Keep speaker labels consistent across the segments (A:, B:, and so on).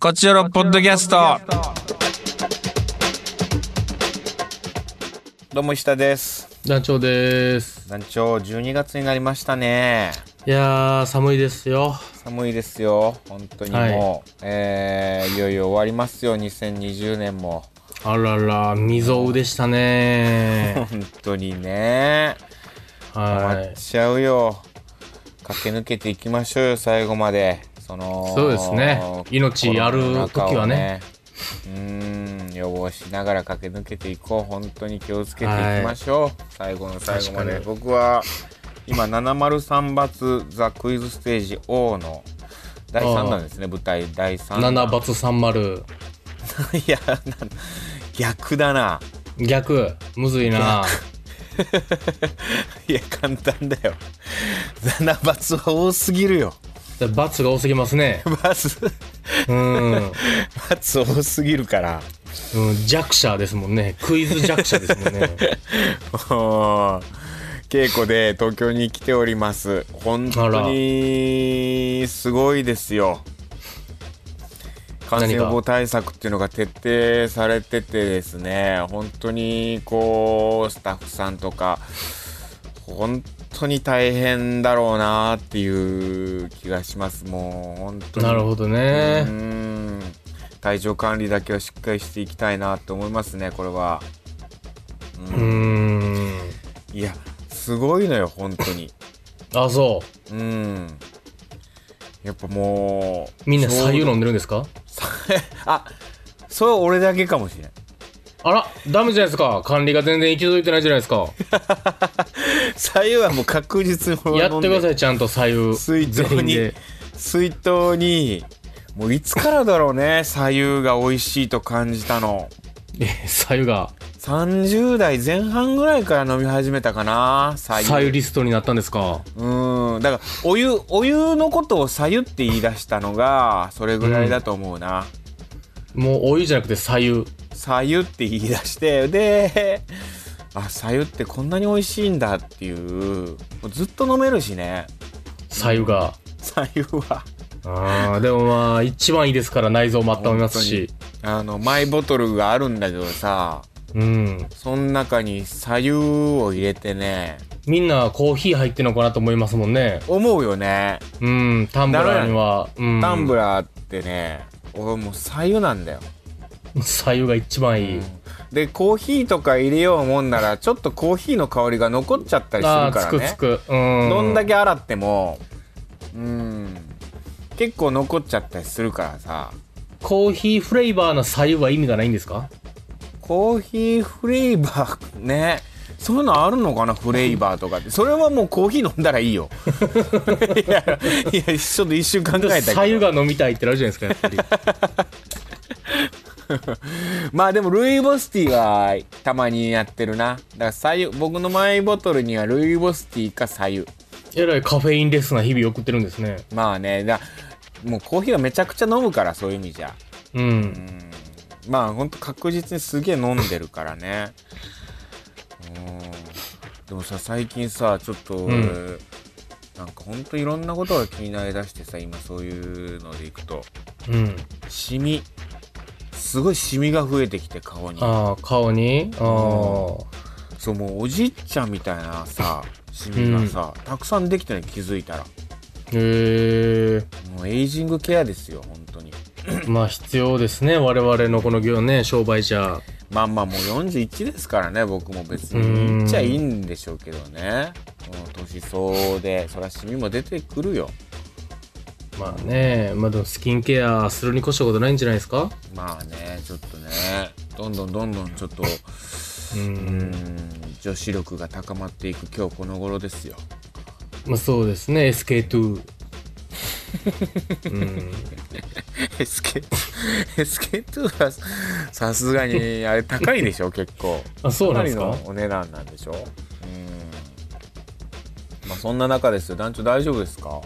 A: こちらのポッドキャスト。
B: どうも石田です。
C: 団長です。
B: 団長、12月になりましたね。
C: いやー、寒いですよ。
B: 寒いですよ。本当にもう、い、えー、いよいよ終わりますよ。2020年も。
C: あらら、未曾有でした ね。
B: 本当にね。終わ
C: は
B: っちゃうよ。駆け抜けていきましょうよ。最後まで。その。
C: そうですね命ある時は
B: コロナの
C: ね
B: 中をね。うーん予防しながら駆け抜けていこう本当に気をつけていきましょう、最後の最後まで
C: 確か
B: 僕は今703罰ザ・クイズステージ O の第3弾ですね舞台第
C: い。
B: 3弾
C: 7罰30。
B: いやな逆だな
C: 逆。むずいな。
B: いや簡単だよ7罰は多すぎるよ
C: で罰が多すぎます ね。
B: 罰
C: うん。うん
B: 罰多すぎるから
C: 弱者ですもんね。クイズ弱者ですもん ね。
B: もう稽古で東京に来ております本当にすごいですよ感染予防対策っていうのが徹底されててですね本当にこうスタッフさんとか本当に大変だろうなっていう気がしますもう本当に
C: なるほど
B: う
C: ね。
B: ん体調管理だけはしっかりしていきたいなと思いますねこれは
C: うーん。
B: いやすごいのよ本当に
C: あ、そ
B: うんやっぱもう
C: う。みんな左右
B: の
C: 飲んでるんですか
B: あそれは俺だけかもしれない
C: あら、ダメじゃないですか。管理が全然行き届いてないじゃないです か。
B: 左右はもう確実に俺
C: や
B: は
C: ってくださ
B: い
C: い、ちゃんと左右。
B: 水筒
C: 全員
B: に
C: で
B: 水筒にもういつからだろうね左右が美味しいと感じたの
C: え、左右が。
B: 30代前半ぐらいから飲み始めたかな左右
C: 左右リストになったんですか
B: うんだからお湯お湯のことを左右って言い出したのがそれぐらいだと思うな、
C: もうお湯じゃなくて左右
B: 左右って言い出してであ左右ってこんなに美味しいんだっていうもうずっと飲めるしね
C: 左右が、
B: 左右は
C: あーでもまあ一番いいですから内臓も温めますし
B: あのマイボトルがあるんだけどさ
C: うん
B: その中に左右を入れてね
C: みんなコーヒー入ってんのかなと思いますもんね
B: 思うよね
C: うんタンブラーには、うん、
B: タンブ
C: ラ
B: ラーってね俺もう左右なんだよ
C: ー左右が一番いい、
B: でコーヒーとか入れようもんならちょっとコーヒーの香りが残っちゃったりする
C: ああ
B: か
C: つ
B: ら
C: く
B: ね
C: つくうん
B: どんだけ洗ってもうん結構残っちゃったりするからさ
C: コーヒーフレーバーの左右は意味がないんですか
B: コーヒーフレーバーねそういうのあるのかなフレーバーとかってそれはもうコーヒー飲んだらい いよいやいやちょっと一瞬考えた
C: 左
B: け
C: 右
B: ど
C: が飲みたいってなるじゃないですかやっぱ
B: まあでもルイボスティーはたまにやってるなだから左右僕のマイボトルにはルイボスティーか左右
C: りえらいカフェインレスな日々送ってるんですね
B: まあねだもうコーヒーはめちゃくちゃ飲むからそういう意味じゃ
C: うん
B: まあほんと確実にすげえ飲んでるからねうんでもさ最近さちょっと、
C: ん
B: なんかほんといろんなことが気になりだしてさ今そういうのでいくと
C: うん
B: シミすごいシミが増えてきて顔に
C: ああ顔にああ
B: そうもうおじいちゃんみたいなさシミがさ、たくさんできてね気づいたら
C: へえ
B: もうエイジングケアですよ本当に
C: まあ必要ですね我々のこの業ね商売じゃ
B: まあまあもう41ですからね僕も別に言っちゃいいんでしょうけどねうん年相応でそらシミも出てくるよ
C: まあねまあでもスキンケアするに越したことないんじゃないですか
B: まあねちょっとねどんどんどんどんちょっと
C: う、
B: うんん女子力が高まっていく今日この頃ですよ
C: まあそうですね SK2
B: SK2 はさすがにあれ高いでしょ結構
C: あそうなんです
B: か
C: か
B: なりのお値段なんでしょうんまあそんな中ですよ団長大丈夫ですか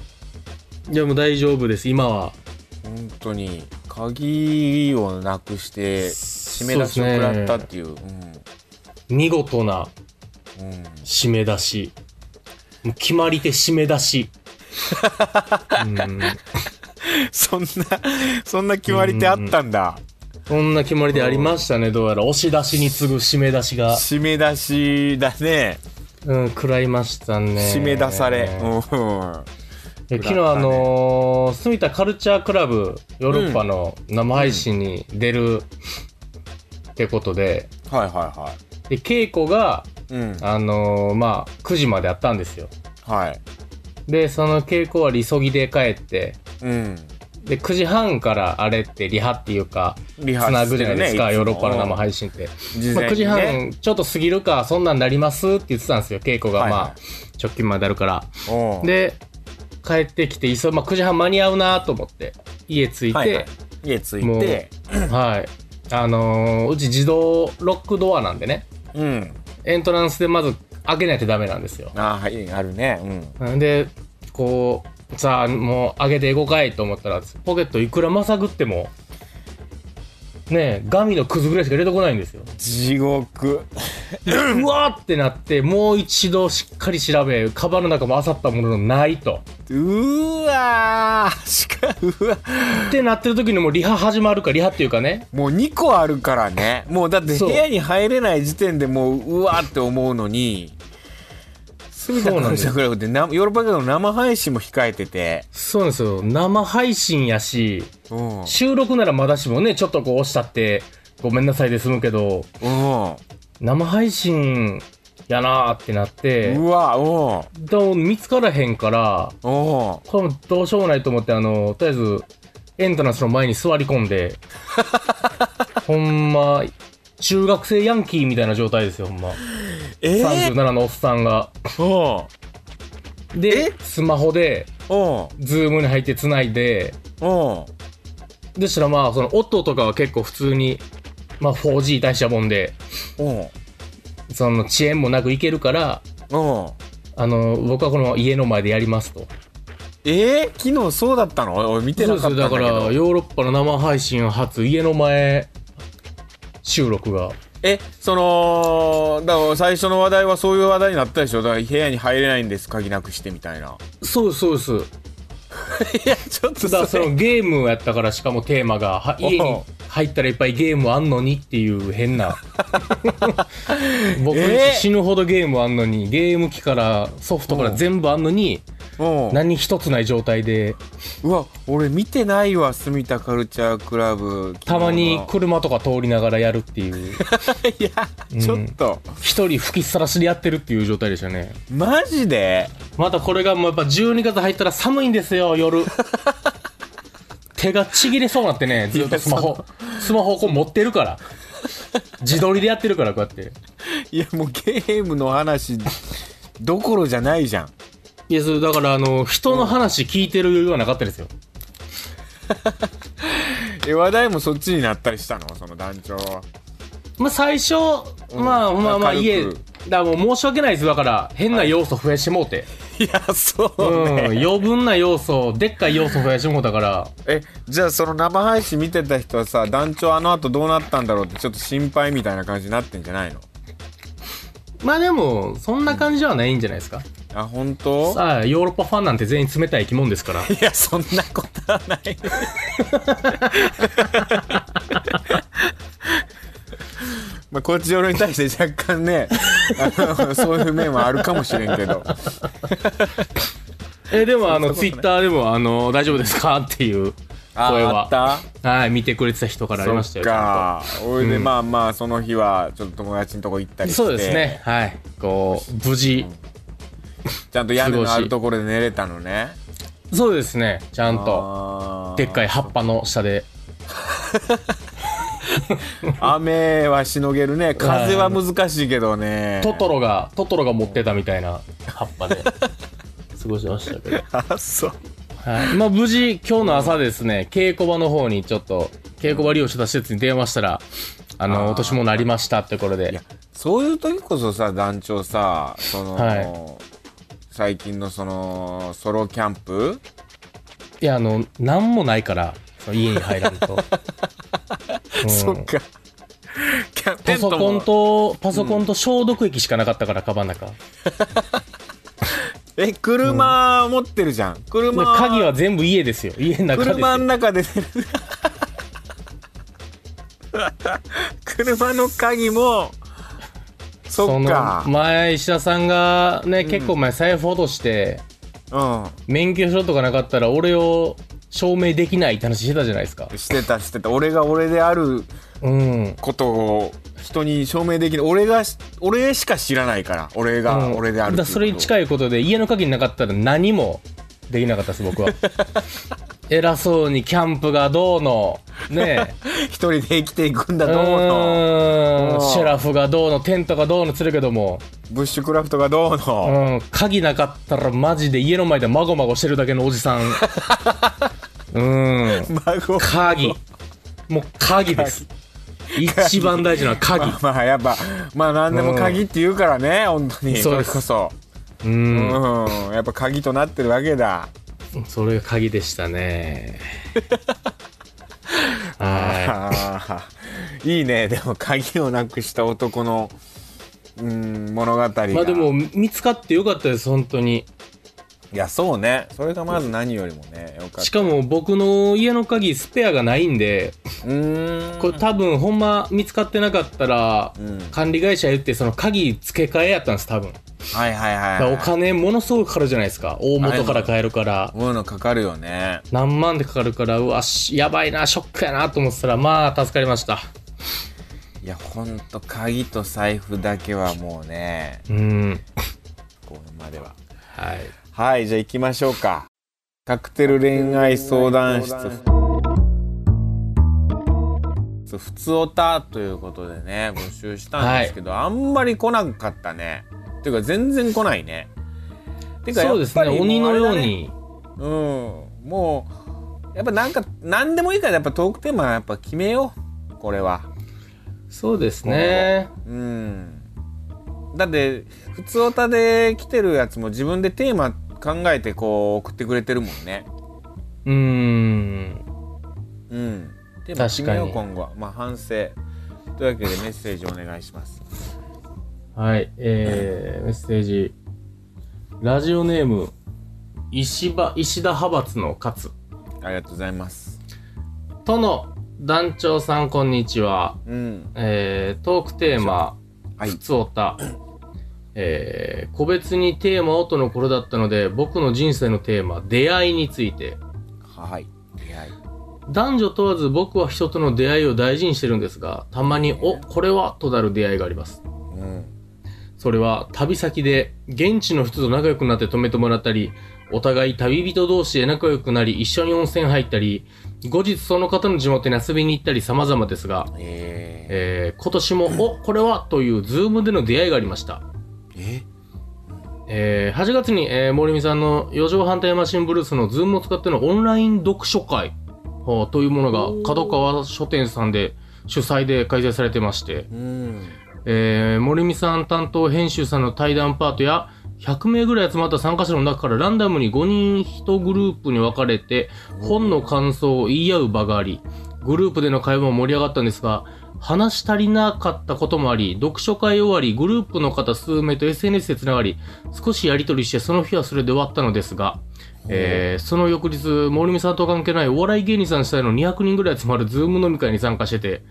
C: いやもう大丈夫です今は
B: 本当に鍵をなくして締め出しを食らったっていう
C: 見事な
B: うんうん、
C: 締め出しもう決まり手締め出し、うん、
B: そんな、そんな決まりってあったんだ。
C: そんな決まりでありましたね、どうやら。押し出しに次ぐ締め出しが、
B: 締め出しだね。
C: うん、食らいましたね。
B: 締め出され。うん。
C: え昨日あのー、住田カルチャークラブヨーロッパの生配信に出る、ってことで、
B: はいはいは
C: で、稽古が、
B: い。うん。
C: あのーまあ、9時まであったんですよ。
B: はい。
C: で、その稽古はり急ぎで帰って、
B: うん。
C: で、9時半からあれってリハっていうか、
B: リ
C: つなぐじゃないですか、
B: ね
C: ヨーロッパの生
B: い
C: 配信って。
B: つも事
C: まあ、
B: 前
C: 9
B: に、
C: 時
B: ね
C: 半ちょっと過ぎるか、そんなんなりますって言ってたんですよ、稽古が、
B: はいはい
C: まあ、直近まであるから。
B: おう
C: で、帰ってきて、急いまあ、9時半間に合うなと思って、家着いて、
B: は
C: はいい、
B: はい家着い
C: も
B: て
C: あのーうち自動ロックドアなんでね、
B: うん
C: エントランスでまず開けないとダメなんですよ。
B: あーはいあるねうん
C: で、こう、さあ、もう開けていこうかいと思ったら、ポケットいくらまさぐっても、ねえ、ガミのくずぐらいしか入れてこないん ですよ。
B: 地獄
C: うわーってなって、もう一度しっかり調べ、カバンの中もあさったもののないと。
B: うーわーしかうわ
C: ってなってる時にもうリハ始まるか、リハっていうかね。
B: もう2個あるからねもうだって
C: そう
B: 部屋に入れない時点でもううわーって思うのに
C: そう
B: だ
C: な
B: か
C: んで
B: ら
C: すよ。
B: 桜子 ってなヨーロッパでの生配信も控えてて
C: そうなんですよ。生配信やし、
B: うんうん
C: 収録ならまだしもね、ちょっとこう押したって、ごめんなさいで済むけど、生配信やなーってなって、
B: うわうん
C: でも見つからへんから、
B: うん
C: これもどうしようもないと思って、あの、とりあえず、エントランスの前に座り込んで、 ほんま、中学生ヤンキーみたいな状態ですよ、ほんま。
B: えー、
C: 37のおっさんが。
B: うん
C: で
B: え、
C: スマホで、
B: うん
C: ズームに入って繋いで、
B: うん
C: でしたらまあ、その、音とかは結構普通に、まあ 4G 大したもんで、
B: うん
C: その遅延もなくいけるから、
B: うん
C: あの、僕はこの家の前でやりますと。
B: えー、昨日そうだったの俺見てなかったんだ
C: だ
B: け
C: から、ヨ
B: ど
C: ーロッパの生配信初、家の前収録が。
B: えそのだから最初の話題はそういう話題になったでしょだから部屋に入れないんです鍵なくしてみたいな
C: そうです、そうです。
B: いやちょっと
C: だから
B: そ
C: そ
B: れ
C: のゲームやったからしかもテーマがは
B: おう
C: 家に入ったらいっぱいゲームあんのにっていう変な僕、
B: えー
C: 死ぬほどゲームあんのにゲーム機からソフトから全部あんのに
B: うん
C: 何一つない状態で
B: うわ俺見てないわ住田カルチャークラブ
C: たまに
B: 昨
C: 車とか通りながらやるって いう
B: 日のいやちょっと、
C: 一人吹きさらしでやってるっていう状態でしたね
B: マジで
C: またこれがもうやっぱ12月入ったら寒いんですよ 夜手がちぎれそうになってねずっとスマホスマホをこう持ってるから自撮りでやってるからこうやって
B: いやもうゲームの話どころじゃないじゃん
C: いや、それだから、あの、人の話聞いてる余裕はなかったですよ。
B: え話題もそっちになったりしたのその団長は
C: まあ、最初、
B: ん
C: まあ、まあ、まあ、
B: 軽く
C: 家、だからもう申し訳ないです。だから、変な要素増やしてもうて。
B: いやそうね、
C: うん、余分な要素、でっかい要素増やしてもうたから、
B: えじゃあその生配信見てた人はさ団長あの後どうなったんだろうってちょっと心配みたいな感じになってんじゃないの
C: まあでも、そんな感じはないんじゃないですか。
B: あ本当
C: さあ、ヨーロッパファンなんて全員冷たい生き物ですから。
B: いやそんなことはない まあこっち寄りに対して若干ねあのそういう面はあるかもしれんけど
C: え、でも、あの、
B: そ
C: ツ
B: ん
C: イ
B: なことない
C: ッターでも、あの、大丈夫ですか っていう
B: あ
C: 声
B: あ
C: は
B: っ。た
C: はい、見てくれてた人からありました
B: そっ
C: よ。ちゃん
B: かおいで、
C: うん
B: まあまあその日はちょっと友達のとこ行ったり
C: と
B: して
C: そうですね。はい。こう、無事。
B: ちゃんと屋根のあるところで寝れたのね
C: そうですね。ちゃん
B: あー
C: と。でっかい葉っぱの下で。
B: 雨はしのげるね風は難しいけどね
C: トトロが、トトロが持ってたみたいな葉っぱで過ごしましたけど。
B: あそう
C: はい。まあ無事、今日の朝ですね、稽古場の方にちょっと、稽古場利用してた施設に電話したら、あ
B: あー
C: の、落とし物ありましたってこれ
B: い
C: で
B: や。そういう時こそさ団長さその、
C: は
B: 最近のそのソロキャンプ
C: いや、あの、なんもないから、その家に入らんと。 うん
B: かキャン
C: パソコン
B: テントも
C: と、パソコンと消毒液しかなかったから、カバンの中。
B: え車持ってるじゃん車は
C: 鍵は全部家ですよ家の中ですよ
B: 車の中で寝る車の鍵もそっか
C: の前石田さんがね、結構前財布落として免許証とかなかったら俺を証明できないって話してたじゃないですか
B: うんしてたしてた俺が俺である
C: うん、
B: ことを人に証明できる俺が俺しか知らないから俺が俺である
C: だからそれに
B: い
C: 近いことで家の鍵なかったら何もできなかったです 僕は偉そうにキャンプがどうのねえ
B: 一人で生きていくんだ
C: う
B: と思うのう
C: ー
B: ん
C: んシェラフがどうのテントがどうのするけども、
B: ブッシュクラフトがどう
C: う
B: の、
C: ん、鍵なかったらマジで家の前でまごまごしてるだけのお じさんうん
B: 孫
C: 鍵もう鍵です一番大事なのは鍵
B: まあまあやっぱまあ何でも鍵って言うからね、本当に
C: そうです
B: れこそ
C: うん
B: うん、やっぱ鍵となってるわけだ
C: それが鍵でし たねはい
B: あー いいねでも鍵をなくした男の、うん、物語が
C: まあでも見つかってよかったです本当に
B: いやそうねそれがまず何よりもねよかった
C: しかも僕の家の鍵スペアがないんで
B: うーん
C: これ多分ほんま見つかってなかったら
B: うん
C: 管理会社言ってその鍵付け替えやったんです多分だか
B: はいはいはい、
C: ら
B: はい、
C: お金ものすごくかかるじゃないですか大元から買えるから
B: こういうのかかるよね
C: 何万でかかるからうわしやばいなショックやなと思ってたらまあ助かりました
B: いやほんと鍵と財布だけはもうね
C: うん
B: ここまでは
C: はい
B: はいじゃあ行きましょうかカクテル恋愛相談室ふつおたということでね募集したんですけど、あんまり来なかったねっていうか全然来ないねてかやっぱり
C: そうですね
B: も
C: 鬼
B: あ
C: の
B: れだ
C: よ
B: ね
C: うに
B: うんもうやっぱなんか何でもいいからやっぱトークテーマはやっぱ決めようこれは
C: そうですね
B: うんだって普通オタで来てるやつも自分でテーマ考えてこう送ってくれてるもんね
C: うん
B: うんテーマ決めよう
C: 確かに
B: 今後はまあ反省というわけでメッセージお願いします
C: はい、えー、メッセージ。ラジオネーム、石場、石田派閥の勝。
B: ありがとうございます
C: との団長さん、こんにちは。
B: うん
C: えー、トークテーマ、
B: はい
C: ふつおた。えー、個別にテーマをとの頃だったので、僕の人生のテーマ、出会いについて。
B: はい出会い
C: 男女問わず僕は人との出会いを大事にしてるんですが、たまに、お、これはとなる出会いがあります。
B: うん
C: それは旅先で現地の人と仲良くなって泊めてもらったり、お互い旅人同士で仲良くなり一緒に温泉入ったり、後日その方の地元に遊びに行ったり様々ですが、
B: え
C: えー今年も、お、これはというズームでの出会いがありました。
B: ー、え
C: えー8月に、えー森美さんの四畳半タイマシンブルースのズームを使ってのオンライン読書会はあというものが角川書店さんで主催で開催されてまして、
B: うん
C: えー森美さん担当編集さんの対談パートや100名ぐらい集まった参加者の中からランダムに5人1グループに分かれて本の感想を言い合う場がありグループでの会話も盛り上がったんですが話し足りなかったこともあり読書会終わりグループの方数名と SNS でつながり少しやり取りしてその日はそれで終わったのですが、えーその翌日森美さんとは関係ないお笑い芸人さん主催の200人ぐらい集まるズーム飲み会に参加してて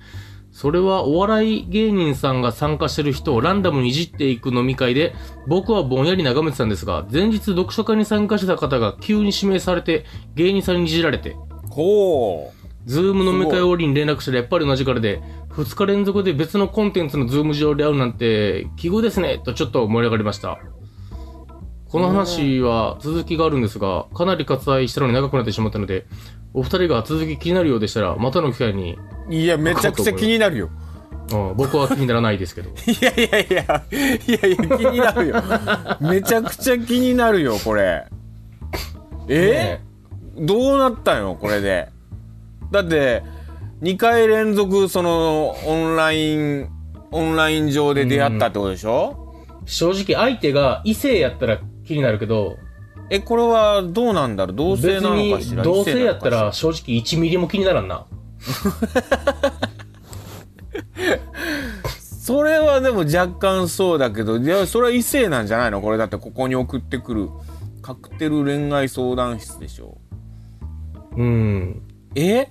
C: それはお笑い芸人さんが参加してる人をランダムにいじっていく飲み会で、僕はぼんやり眺めてたんですが、前日読書会に参加してた方が急に指名されて、芸人さんにいじられて、
B: ほう
C: ズーム飲み会終わりに連絡したらやっぱり同じからで、2日連続で別のコンテンツのズーム上で会うなんて、奇遇ですね、とちょっと盛り上がりました。この話は続きがあるんですが、かなり割愛したのに長くなってしまったので、お二人が続き気になるようでしたら、またの機会に、
B: いやめちゃくちゃ気になるよ
C: うん僕は気にならないですけ ど。
B: いやいやいや、いやいや、気になるよ。めちゃくちゃ気になるよ、これ。え、
C: ね
B: どうなったのこれで。だって、2回連続、その、オンライン、オンライン上で出会ったってことでしょ、
C: 正直相手が異性やったら気になるけど
B: え、これはどうなんだろう同
C: 別
B: 性なのかし
C: に
B: ら
C: 同性やった
B: 異なの
C: ら
B: かし
C: 正直1ミリも気にならんな
B: らそれはでも若干そうだけど、いや、それは異性なんじゃないのこれだってここに送ってくるカクテル恋愛相談室でしょ
C: うん。
B: え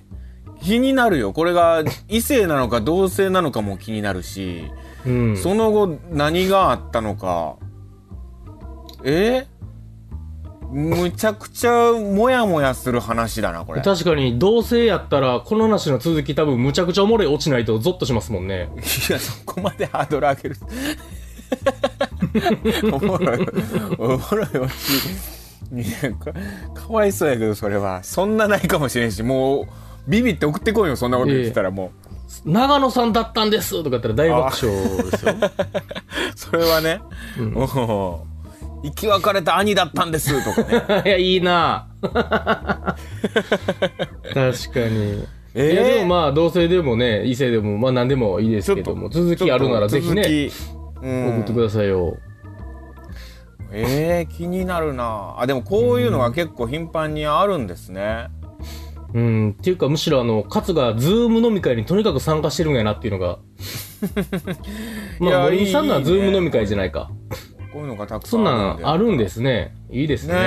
B: 気になるよこれが異性なのか同性なのかも気になるし
C: うん。
B: その後何があったのかえむちゃくちゃモヤモヤする話だなこれ
C: 確かに、同性やったら、この話の続き多分、むちゃくちゃおもろい落ちないとゾッとしますもんね。
B: いや、そこまでハードル上げる。 おもろい、おもろいおし。いやか、かわいそうやけど、それは。そんなないかもしれんし、もう、ビビって送ってこいよ、そんなこと言ってたらもう。
C: 長野さんだったんですとか言ったら大爆 笑ですよ。
B: それはね、もう生き別れた兄だったんです、とかね。
C: いや、いい な確かに。
B: えー
C: いや、でもまあ、同性でもね、異性でも、まあ何でもいいですけども、続きあるならぜひね、
B: ちょっと続きうん
C: 送ってくださいよ。
B: えー、気になるなあでもこういうのが結構頻繁にあるんですね、
C: うん、っていうか、むしろあの、勝が、ズーム飲み会にとにかく参加してるんやなっていう のが。
B: い
C: まあ、
B: や
C: 森さんのはい
B: い
C: ズ
B: ね
C: ーム飲み会じゃないか。
B: こういうのがたくさ
C: そん
B: んある
C: な
B: んで
C: んあるんですね。いいですね。
B: ね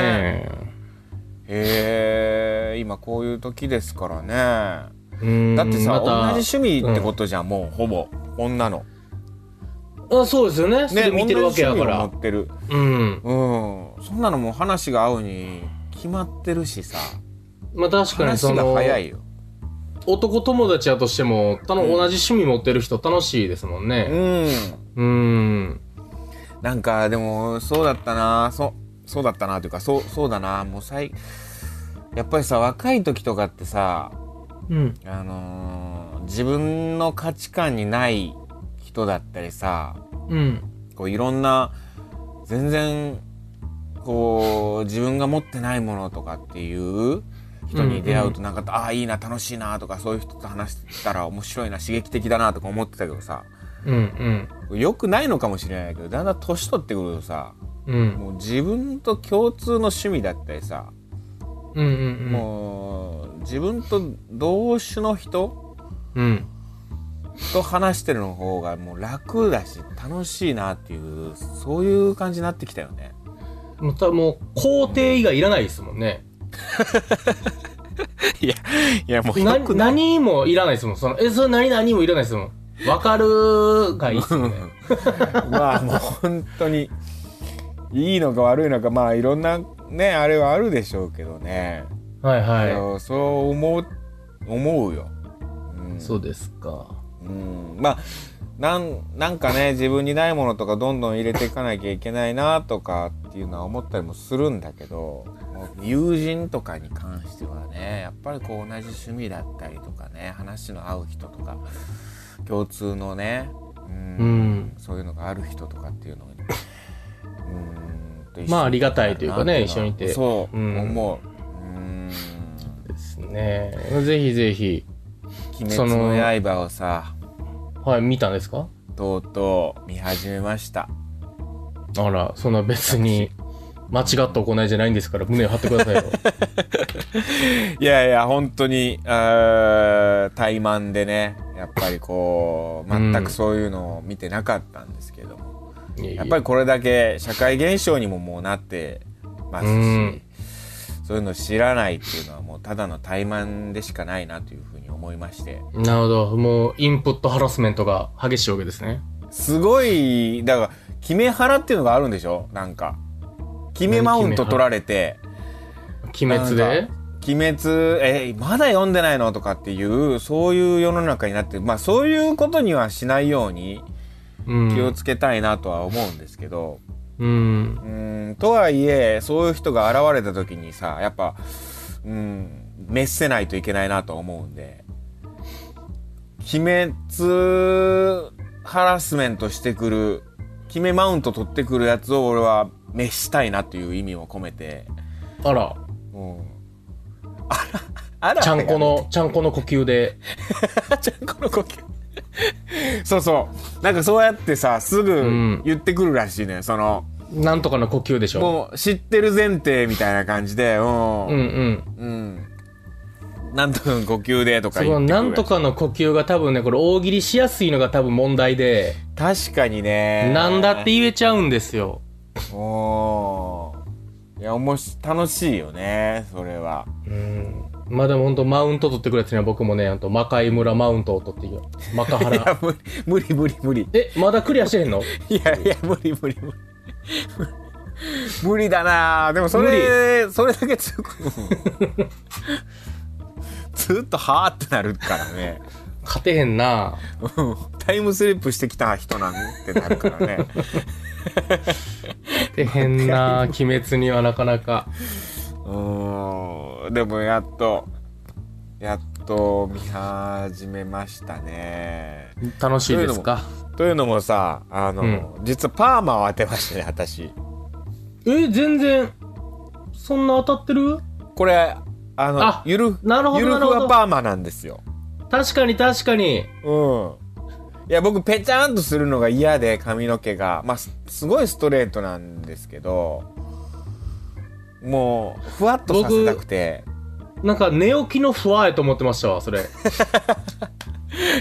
B: へえ今こういう時ですからね
C: うん
B: だってさ、
C: また
B: 同じ趣味ってことじゃん、もうほぼ女の
C: あそうですよね。そ
B: ね
C: れ見てるわけやか
B: 同
C: ら
B: じ。趣味を持ってる
C: うん。
B: うんそんなのもう話が合うに決まってるしさ
C: まあ確かにそ
B: 話が
C: の、
B: 早いよ
C: 男友達やとしても、たの
B: うん
C: 同じ趣味持ってる人楽しいですもん
B: う
C: ね。
B: ん
C: うん。
B: なんかでもそうだったなそそうだったなというかそうそうだなもう最やっぱりさ若い時とかってさ
C: うん。
B: あのー自分の価値観にない人だったりさ
C: うん。
B: こういろんな全然こう自分が持ってないものとかっていう人に出会うとなんか、ああいいな楽しいなとかそういう人と話したら面白いな刺激的だなとか思ってたけどさ
C: うん。
B: よくないのかもしれないけどだんだん年取ってくるとさ
C: うん。うん。
B: もう自分と共通の趣味だったりさ、
C: うん。うん。
B: もう自分と同種の人
C: うん。
B: と話してるの方がもう楽だし楽しいなっていうそういう感じになってきたよね。
C: またもう、肯定以外いらないですもんね。
B: いや、いやもう
C: な
B: よくない。
C: 何もいらないですもん。その、え、それ何何もいらないですもん。わかるーがいいっすね。
B: まあもう本当に、いいのか悪いのか、まあいろんなね、あれはあるでしょうけどね。
C: はいは
B: やそう思う、思うよ。うん
C: い。そうですか。
B: うんまあなんなんかね自分にないものとかどんどん入れていかなきゃいけないなとかっていうのは思ったりもするんだけどもう友人とかに関してはねやっぱりこう同じ趣味だったりとかね話の合う人とか共通のね、うん
C: うん
B: そういうのがある人とかっていうのに、うんと一緒に
C: まあありがたいという
B: な
C: かね
B: ってのは
C: 一緒にいて
B: そう、
C: うん
B: 思う。うん
C: ですね。ぜひぜひ。
B: 鬼
C: そ
B: 滅
C: の
B: の刃をさ
C: はい、見たんですか
B: とうとう見始めました。
C: あら、そんな別に、間違った行いじゃないんですから、胸を張ってく ださいよ。
B: いやいや、本当に、あー怠慢でね、やっぱりこう、全くそういうのを見てなかったんですけども、
C: いえいえ
B: やっぱりこれだけ社会現象にももうなってますし、
C: うん
B: そういうの知らないっていうのはもうただの怠慢でしかないなというふうに思いまして、
C: なるほど。もう、インプットハラスメントが激しいわけですね。
B: すごい、だから、決め腹っていうのがあるんでしょなんか。決めマウント取られて、
C: 鬼滅
B: なん
C: で
B: か。鬼滅、え、まだ読んでないのとかっていう、そういう世の中になって、まあそういうことにはしないように
C: うん。
B: 気をつけたいなとは思うんですけど、
C: うん
B: う。ん、とはいえ、そういう人が現れた時にさ、やっぱ、うん、滅せないといけないなとは思うんで、鬼滅ハラスメントしてくる、鬼滅マウント取ってくるやつを俺は滅したいなという意味を込めて、
C: あら、
B: うん。あら、あら
C: ちゃん この、ちゃんこの呼吸で。
B: ちゃんこの呼吸。そうそう。なんかそうやってさ、すぐ
C: ん
B: 言ってくるらしいね。その、
C: なんとかの呼吸でしょ。
B: もう知ってる前提みたいな感じで、うん。
C: うんうん。
B: うん。なんとかの呼吸でとか
C: そ
B: 言っ
C: の
B: てくる
C: な
B: やつ
C: んとかの呼吸が多分ね、これ大喜利しやすいのが多分問題で、
B: 確かにね。
C: なんだって言えちゃうんですよ。
B: おーいや、おもし、楽しいよね、それは。
C: うん。まあでも本当マウント取ってくるやつには僕もね、あと魔界村マウントを取っていくよ。マカハ
B: いや
C: ラ。、
B: 無無理無理無理。
C: え、まだクリアしてへんの
B: いやいや、無理無理無理。無理だなでもそれ、それだけつく。ずっとはーってなるからね。
C: 勝てへんな
B: うんタイムスリップしてきた人なんてなるからね。
C: 勝てへんな鬼滅にはなかなか。
B: うーん。でもやっと、やっと見始めましたね。
C: 楽しいですか
B: というのもさ、あの、実はパーマを当てましたね、私。
C: え、全然、そんな当たってる
B: これ、あの、
C: あ
B: ゆる、
C: なるほど
B: ゆる
C: なる
B: ふ
C: ほど
B: わパーマなんですよ。
C: 確かに確かに。
B: うん。いや、僕、ぺちゃんとするのが嫌で、髪の毛が。まあ、すすごいストレートなんですけど、もう、ふわっとさせたくて。
C: なんか寝起きの不安やと思ってましたわ、それ。
B: い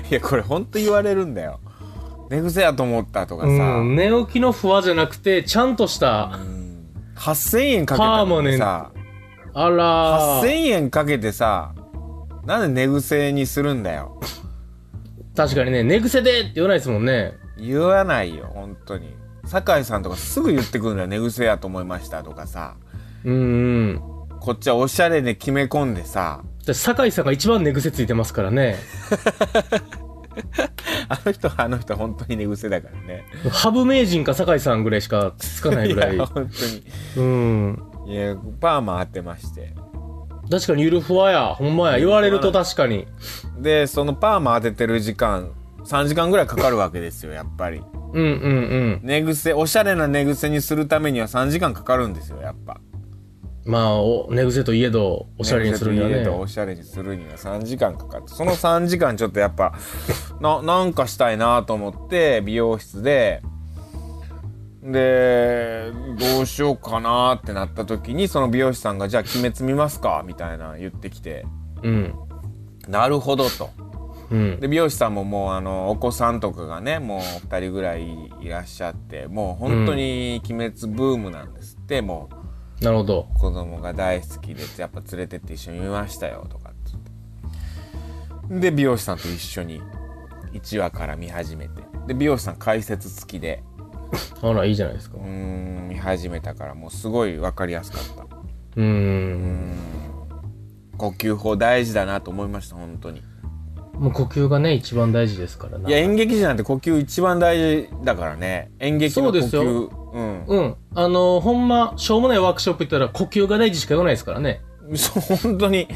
B: や、これ、ほんと言われるんだよ。寝癖やと思ったとかさ、
C: うん、寝起きの不安じゃなくて、ちゃんとした、
B: 8000円かけたのにさ、
C: あら
B: 8000
C: ー、
B: 円かけてさ、なんで寝癖にするんだよ。
C: 確かにね、寝癖でって言わないですもんね。
B: 言わないよ、ほんとに。酒井さんとかすぐ言ってくるんだよ、寝癖やと思いましたとかさ。
C: うんうん。
B: こっちはおしゃれで決め込んでさ、
C: じゃあ酒井さんが一番寝癖ついてますからね。
B: あの人はあの人は本当に寝癖だからね。
C: ハブ名人か酒井さんぐらいしかつかないぐらい。
B: や本
C: うん。
B: 当に。いや、パーマ当てまして。
C: 確かにゆるふわや。ほんまや。言われると確かに。
B: で、そのパーマ当ててる時間、3時間ぐらいかかるわけですよ、やっぱり。
C: うんうん
B: 寝癖、おしゃれな寝癖にするためには3時間かかるんですよ、やっぱ。
C: うん。まあ、お寝癖といえど、お
B: お
C: しゃれにするにはね。
B: おしゃれにするには3時間かかって。その3時間ちょっとやっぱ、な、なんかしたいなと思って、美容室で、で、どうしようかなってなった時に、その美容師さんが、じゃあ鬼滅見ますかみたいな言ってきて、
C: うん。
B: なるほどと。
C: うん。
B: で、美容師さんももう、あの、お子さんとかがね、もう2人ぐらいいらっしゃって、もう本当に鬼滅ブームなんですって、もう。
C: なるほど。
B: 子供が大好きでやっぱ連れてって一緒に見ましたよとかっつってで美容師さんと一緒に1話から見始めてで美容師さん解説付きで
C: あら、いいじゃないですか
B: うー。ん見始めたからもうすごい分かりやすかった
C: うん。
B: 呼吸法大事だなと思いました本当に
C: もう呼吸がね、一番大事ですからない
B: や。演劇時なんて呼吸一番大事だからね演劇の呼吸
C: そうですよ
B: うん
C: うん。あのほんま、しょうもないワークショップ行ったら呼吸が大事しか言わないですからね。
B: そう本当に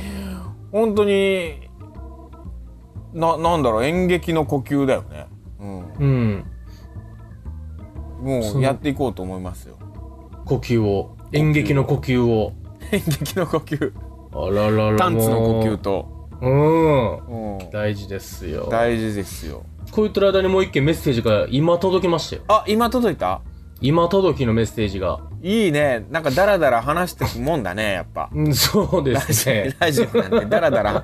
B: 本当にななんだろう演劇の呼吸だよねうん
C: うん。
B: もうやっていこうと思いますよ。
C: 呼吸を。演劇の呼吸を。
B: 演劇の呼吸、
C: あららら。
B: タンツの呼吸
C: も
B: と、
C: う。うん。
B: う
C: 大事ですよ
B: ん、。大事ですよ。
C: こういった間にもう一件メッセージが今届きましたよ。
B: あ、今届いた
C: 今届きのメッセージが。
B: いいね。なんかダラダラ話してくもんだね、やっぱ。
C: うん、そうで すね。
B: ラジオなんてダラ ダラ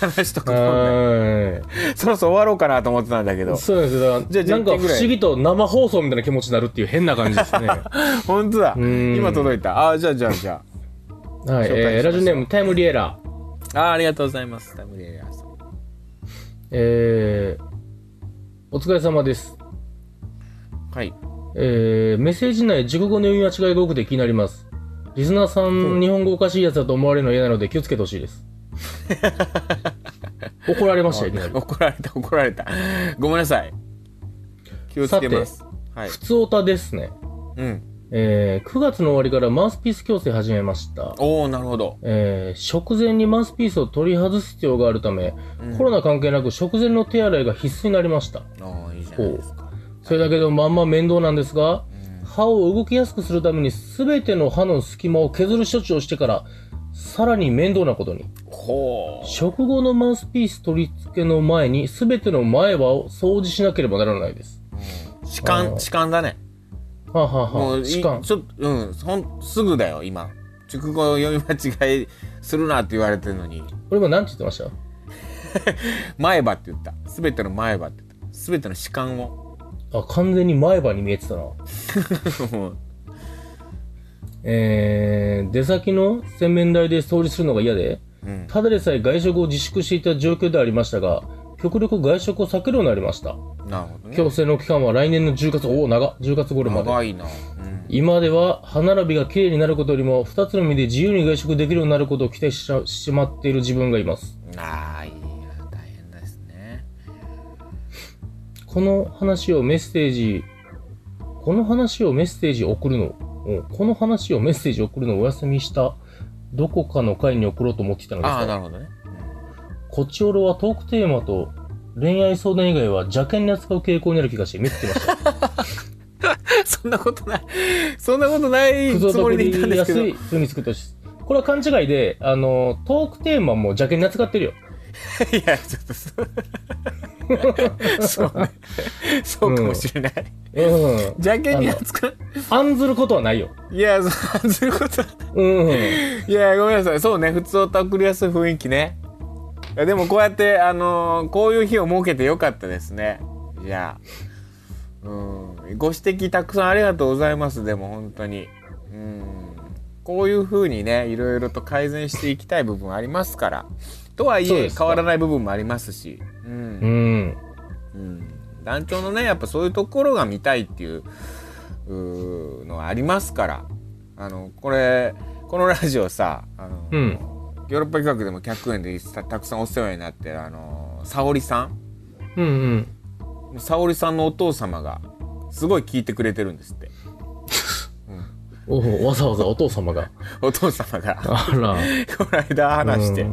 B: 話しとくもんだね。
C: は
B: そろそろ終わろうかなと思ってたんだけ
C: い。
B: ど。
C: そうなんですよ。だから
B: じゃあ
C: なんか
B: 10
C: 不
B: ぐらい
C: 思議と生放送みたいな気持ちになるっていう変な感 じですね。は
B: 本当だ。
C: ん
B: 今届いた。あ、じゃあじゃあじゃ
C: い。
B: 紹介します
C: えーラジオネームタイムリエラー。
B: あ。あありがとうございます。タイムリーエラーさん
C: えー、お疲れ様です。
B: はい。
C: えー、メッセージ内、熟語の読み間違いが多くて気になります。リスナーさん、日本語おかしいやつだと思われるの嫌なので気をつけてほしいです。 怒られましたよ、いきなり。
B: 怒られた、怒られた。ごめんなさい。気をつけます。はい。
C: 普通オタですね。
B: うん。
C: えー9月の終わりからマウスピース矯正始めました。
B: おおなるほど。
C: えー食前にマウスピースを取り外す必要があるため、コロナ関係なく食前の手洗いが必須になりました。
B: ああ、いいじゃないですか。
C: それだけでもまんま面倒なんですが、歯を動きやすくするために全ての歯の隙間を削る処置をしてから、さらに面倒なことに。
B: ほう。
C: 食後のマウスピース取り付けの前に全ての前歯を掃除しなければならないです。
B: 痴漢、痴漢だね。
C: はあ、はあ
B: も
C: は
B: う
C: あ、
B: い
C: 時間。
B: ちょっと、うん、ほん、すぐだよ、今。熟語を読み間違いするなって言われてるのに、
C: 俺も何て言ってました
B: 前歯って言った。すべての前歯って言った。すべての歯間 を。
C: あ、完全に前歯に見えてたな。えー、出先の洗面台で掃除するのが嫌で、
B: うん
C: ただでさえ外食を自粛していた状況でありましたが、極力外食を避けるようになりました。
B: なるほどね
C: 強制の期間は来年の10月、おお、長っ、10月頃まで。
B: 長いな、うん、
C: 今では歯並びが綺麗になることよりも、2つの身で自由に外食できるようになることを期待しちゃしまっている自分がいます。
B: あーいや大変ですね
C: この話をメッセージ、この話をメッセージ送るの、うんこの話をメッセージ送るのをお休みした、どこかの回に送ろうと思っていたのです
B: ああ
C: が、
B: なるほどね、
C: こっちおろはトークテーマと恋愛相談以外は邪険に扱う傾向にある気がして見つけま した。
B: そんなことないそんなことない
C: ク
B: つ
C: ズ
B: も
C: を
B: りでいたん
C: り
B: で
C: や
B: すけ
C: す
B: ど
C: いふみつくとし。これは勘違いで、あの、トークテーマも邪険に扱ってるよ。
B: いやちょっとそそう ねそうかもしれない、
C: うん。
B: 邪険に扱う
C: 案ずることはないよ。
B: いやそうそういうこと
C: うん。
B: いやごめんなさいそうね普通オタ送りやすい雰囲気ねいやでもこうやってあのーこういう日を設けてよかったですねいやうんご指摘たくさんありがとうございますでも本当にうんこういうふうにねいろいろと改善していきたい部分ありますからとはい
C: そう
B: え
C: ですか
B: 変わらない部分もありますしう、
C: うんん。
B: うん、団長のねやっぱそういうところが見たいっていううーのはありますからあのこれこのラジオさあの、
C: うん
B: ヨーロッパ企画でも100円でたたくさんお世話になってるあの沙織さん
C: うんうん。
B: 沙織さんのお父様がすごい聞いてくれてるんですって
C: おうわざわざお父様が。
B: お父様 が
C: あら。
B: この間話して、
C: う
B: う
C: ん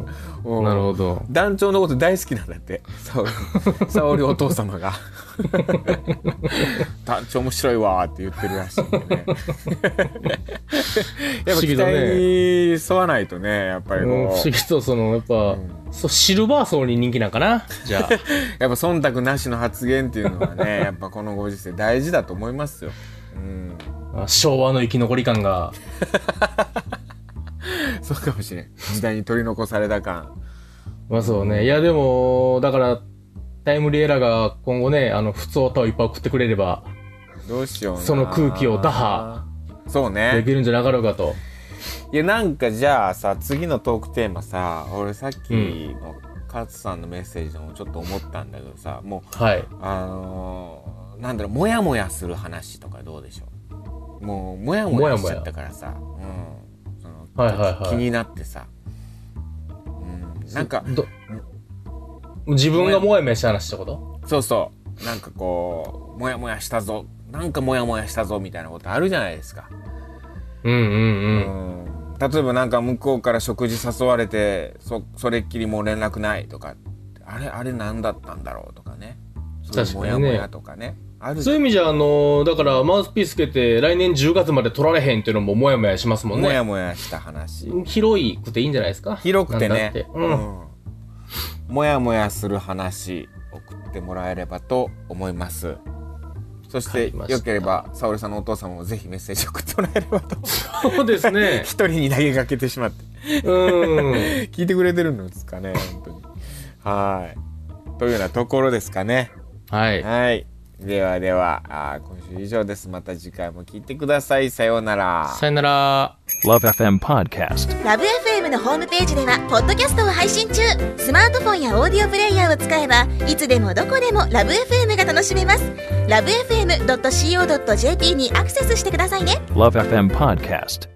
B: ん
C: なるほど。
B: 団長のこと大好きなんだって沙織 沙織お父様が団長面白いわーって言ってるらしいんで ね やっぱ期待
C: 議だね
B: に沿わないとねやっぱ
C: う
B: り
C: ん、不
B: こ
C: 思
B: う
C: 議と、その、やっぱ、そう、シルバー層に人気なんかなじゃあ。
B: やっぱ忖度なしの発言っていうのはね やっぱこのご時世大事だと思いますようん
C: あ昭和の生き残り感が。
B: そうかもしれん時代に取り残された感
C: まあそうね。いやでも、だから、タイムリーエラーが今後ね、あの、普通歌をいっぱい送ってくれれば、
B: どうしような
C: その空気を打破
B: そうね
C: できるんじゃなかろうかと。
B: いやなんかじゃあさ次のトークテーマさ俺さっきの勝さんのメッセージでもちょっと思ったんだけどさも
C: はい。
B: うあのーなんだろうモヤモヤする話とかどうでしょうもうモヤモヤしちゃったからさうんその
C: はいはいはい
B: 気になってさ、うん、なんか
C: ど自分がモヤモヤした話ってこと
B: そうそうなんかこうモヤモヤしたぞなんかモヤモヤしたぞみたいなことあるじゃないですか。
C: うんうんうん。
B: 例えばなんか向こうから食事誘われてそそれっきりもう連絡ないとかあれあれ何だったんだろうとかねそういうモ
C: 確かにね
B: ヤモヤとかねあるじ
C: そ
B: ゃ
C: うい
B: ん
C: う意味じゃ、あのだから、マウスピースつけて、来年10月まで取られへんっていうのもモヤモヤしますもん
B: モ
C: ね。
B: ヤモヤした話
C: 広いくていいんじゃないですか
B: 広くて
C: なんだ
B: ね
C: って
B: う
C: うんん。
B: モヤモヤする話送ってもらえればと思いますそし
C: わか
B: て
C: りました
B: よければ沙織さんのお父様もぜひメッセージ送ってもらえればと
C: そうですね
B: 一。人に投げかけてしまって
C: うん。
B: 聞いてくれてるんですかね本当にはいというようなところですかね
C: はい。
B: はい。ではでは、あー今週以上です。また次回も聞いてください。さようなら。
C: さよなら。
A: Love FM Podcast.
D: ラブ f m のホームページではポッドキャストを配信中スマートフォンやオーディオプレイヤーを使えばいつでもどこでもラブ f m が楽しめますラブ FM.co.jp にアクセスしてくださいね
A: Love FM Podcast.